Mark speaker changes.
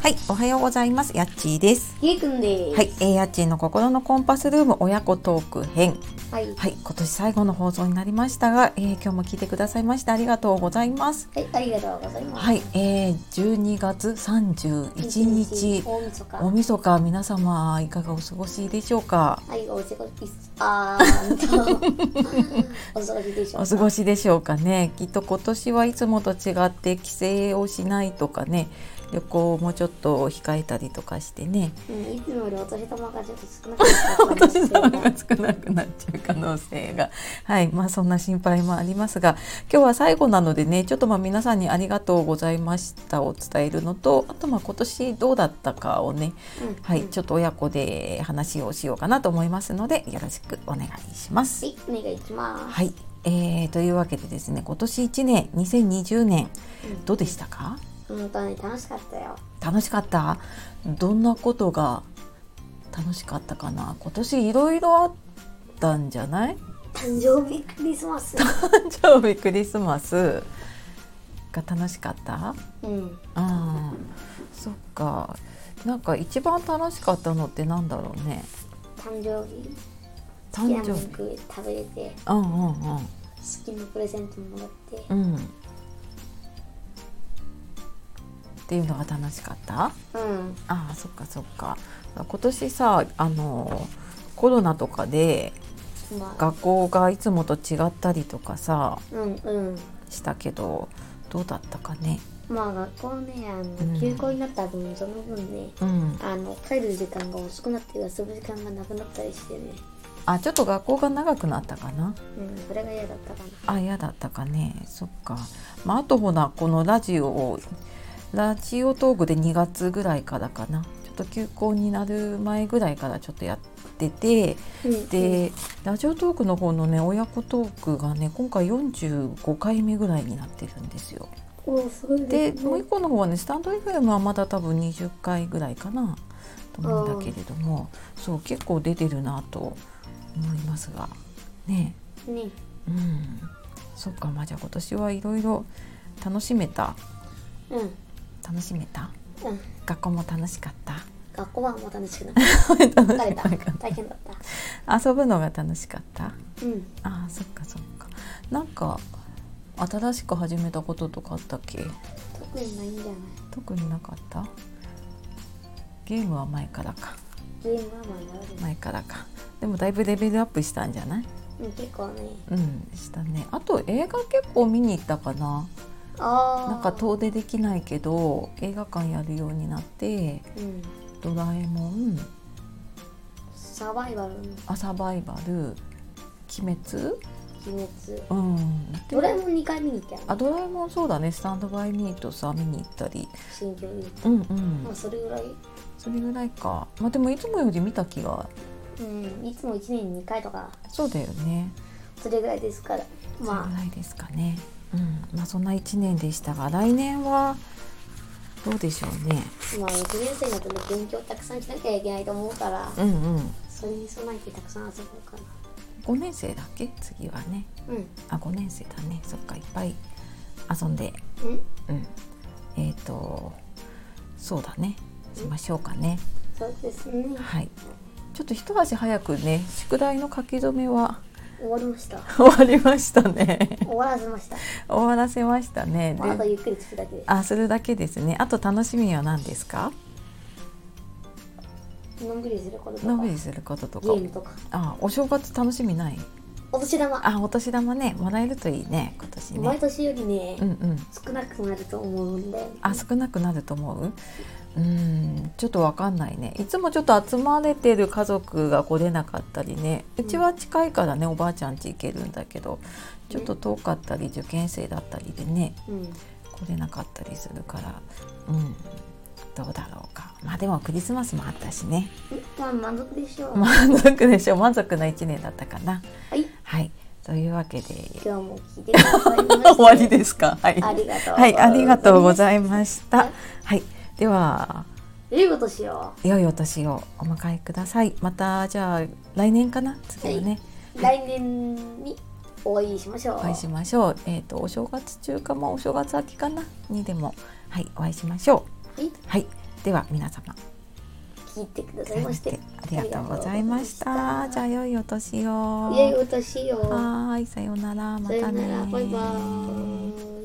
Speaker 1: はい、おはようございます。やっちーです。
Speaker 2: ゆいくんです。
Speaker 1: はい、えー、やっちーの心のコンパスルーム親子トーク編。
Speaker 2: はい。はい。
Speaker 1: はい、今年最後の放送になりましたが、えー今日も聞いてくださいましてありがとうございます。
Speaker 2: ありがとうございます。
Speaker 1: はい、えー、12月31日、
Speaker 2: 大晦日。
Speaker 1: 大晦日皆様いかがお過ごしでしょうか。
Speaker 2: はい、お過ごし、あーん とお過ごしでしょう
Speaker 1: お
Speaker 2: か。
Speaker 1: 過ごしでしょうかね。きっと今年はいつもと違って帰省をしないとかね、旅行もちょっと控えたりとかしてね、
Speaker 2: うん、いつもよりお年玉がちょっと少なくなった
Speaker 1: お年玉が少なくなっちゃう可能性がはいまあそんな心配もありますが今日は最後なのでねちょっとまあ皆さんに「ありがとうございました」を伝えるのとあとまあ今年どうだったかをね は
Speaker 2: う
Speaker 1: い
Speaker 2: ん
Speaker 1: ちょっと親子で話をしようかなと思いますのでよろしくお願いします。
Speaker 2: はい、お願いします。
Speaker 1: はい、えー、というわけでですね今年1年2020年どうでしたか
Speaker 2: うん、本当に楽しかったよ。
Speaker 1: 楽しかったどんなことが楽しかったかな今年いろいろあったんじゃない
Speaker 2: 誕生日クリスマス。
Speaker 1: 誕生日クリスマスが楽しかった
Speaker 2: うん。
Speaker 1: あーそっかなんか一番楽しかったのってなんだろうね
Speaker 2: 誕生日、好き
Speaker 1: 誕
Speaker 2: な
Speaker 1: 生
Speaker 2: 文
Speaker 1: 日
Speaker 2: 句食べれて、
Speaker 1: うんうん
Speaker 2: 好きなプレゼントもらって、
Speaker 1: うんうんっていうのが楽しかった
Speaker 2: うん。
Speaker 1: ああそっかそっか今年さあのコロナとかで
Speaker 2: まあ、
Speaker 1: 学校がいつもと違ったりとかさ
Speaker 2: うん、うん。
Speaker 1: したけどどうだったかね
Speaker 2: まあ、学校ね、あ
Speaker 1: う
Speaker 2: の、
Speaker 1: ん
Speaker 2: 休校になった分、その分ね、
Speaker 1: うん
Speaker 2: あの帰る時間が遅くなって遊ぶ時間がなくなったりしてね、
Speaker 1: あちょっと学校が長くなったかな
Speaker 2: うん、それが嫌だったかな
Speaker 1: あ嫌だったかねそっか、まあ、あとほらこのラジオをラジオトークで2月ぐらいからかなちょっと休校になる前ぐらいからちょっとやってて、
Speaker 2: うん
Speaker 1: でラジオトークの方のね親子トークがね今回45回目ぐらいになってるんですよ。
Speaker 2: おーすごい
Speaker 1: で
Speaker 2: ね
Speaker 1: もう一個の方はねスタンド FM はまだ多分20回ぐらいかなと思うんだけれどもそう結構出てるなと思いますがね
Speaker 2: ね
Speaker 1: うんそっかまあじゃあ今年はいろいろ楽しめた
Speaker 2: うん
Speaker 1: 楽しめた
Speaker 2: うん
Speaker 1: 学校も楽しかった
Speaker 2: 学校はもう楽しくない
Speaker 1: 楽し
Speaker 2: 疲れ
Speaker 1: かった
Speaker 2: 大変だった
Speaker 1: た遊ぶのが楽しかった
Speaker 2: うん
Speaker 1: あーそっかそっかなんか新しく始めたこととかあったっけ
Speaker 2: 特にないんじゃない
Speaker 1: 特になかったゲームは前からか
Speaker 2: ゲームはまだある、
Speaker 1: 前からかでもだいぶレベルアップしたんじゃない
Speaker 2: うん、結構ね
Speaker 1: うんしたねあと映画結構見に行ったかな
Speaker 2: ああ
Speaker 1: なんか遠出できないけど映画館やるようになって
Speaker 2: うん
Speaker 1: 「ドラえもん」
Speaker 2: サバイバルの
Speaker 1: 「アサバイバル」「鬼滅
Speaker 2: 鬼滅」
Speaker 1: うん
Speaker 2: どれも2回見に行ったよ、
Speaker 1: あ
Speaker 2: ね、
Speaker 1: ドラえもんそうだね「スタンドバイミー」とさ見に行ったり
Speaker 2: 新居に
Speaker 1: うんうん
Speaker 2: まあそれぐらい
Speaker 1: それぐらいかまあでもいつもより見た気が
Speaker 2: うんいつも1年に2回とか
Speaker 1: そうだよね
Speaker 2: それぐらいですから
Speaker 1: それ
Speaker 2: ま
Speaker 1: ぐらいですかね。うん、まあそんな一年でしたが、来年はどうでしょうね。
Speaker 2: あまあ1年生になっても勉強たくさんしなきゃいけないと思うから
Speaker 1: うんうん。
Speaker 2: それに備えてたくさん遊ぼうかな
Speaker 1: 五年生だっけ？次はね。
Speaker 2: うん
Speaker 1: あ、五年生だね。そっか、いっぱい遊んで、
Speaker 2: うん
Speaker 1: うん。えっ、と、そうだね。しましょうかね。
Speaker 2: そうですね
Speaker 1: はい。ちょっと一足早くね、宿題の書き初めは
Speaker 2: 終わりました
Speaker 1: 終わりましたね。
Speaker 2: 終わらせました
Speaker 1: 終わらせましたね。
Speaker 2: まああと
Speaker 1: で、
Speaker 2: ゆっくり聞くだけで
Speaker 1: あ、するだけですね。あと楽しみは何ですか？
Speaker 2: すのんびりすることとか
Speaker 1: のんびりすることと
Speaker 2: ゲ
Speaker 1: か。
Speaker 2: ームとか
Speaker 1: あ、お正月楽しみない？
Speaker 2: お年玉
Speaker 1: あ、お年玉ね、もらえるといいね、今年
Speaker 2: 毎
Speaker 1: ね。
Speaker 2: 年よりね、
Speaker 1: うんうん。
Speaker 2: 少なくなると思うんで
Speaker 1: あ、少なくなると思う。うーん、ちょっとわかんないね。いつもちょっと集まれてる家族が来れなかったりね。うちは近いからね、おばあちゃん家行けるんだけど、ちょっと遠かったり、受験生だったりでね、
Speaker 2: うん
Speaker 1: 来れなかったりするから、うん。どうだろうか。まあでもクリスマスもあったしね。
Speaker 2: まあ満足でしょう、
Speaker 1: 満足でしょ。満足な一年だったかな。
Speaker 2: はい
Speaker 1: はい。というわけで、
Speaker 2: 今日も聞いてくださいまして
Speaker 1: 終わりですか。はい。
Speaker 2: ありがとう
Speaker 1: はい、ありがとうご
Speaker 2: い
Speaker 1: ざいました
Speaker 2: はい。
Speaker 1: はい、では、
Speaker 2: ます良いことしよ
Speaker 1: 良いお年をお迎えください。また、じゃあ、来年かな、次はね、
Speaker 2: う来年にお会いしましょう
Speaker 1: お会いしましょう。えっ、と、お正月中か、まあ、お正月明けかな、にでも、はい、お会いしましょう。
Speaker 2: はい
Speaker 1: はい、では皆様
Speaker 2: 聞いてくださいまして
Speaker 1: ありがとうございましたじゃあ良いお年を
Speaker 2: 良いお年を
Speaker 1: はーいさようならま
Speaker 2: さよ
Speaker 1: た
Speaker 2: う
Speaker 1: ね
Speaker 2: ならバイバーイ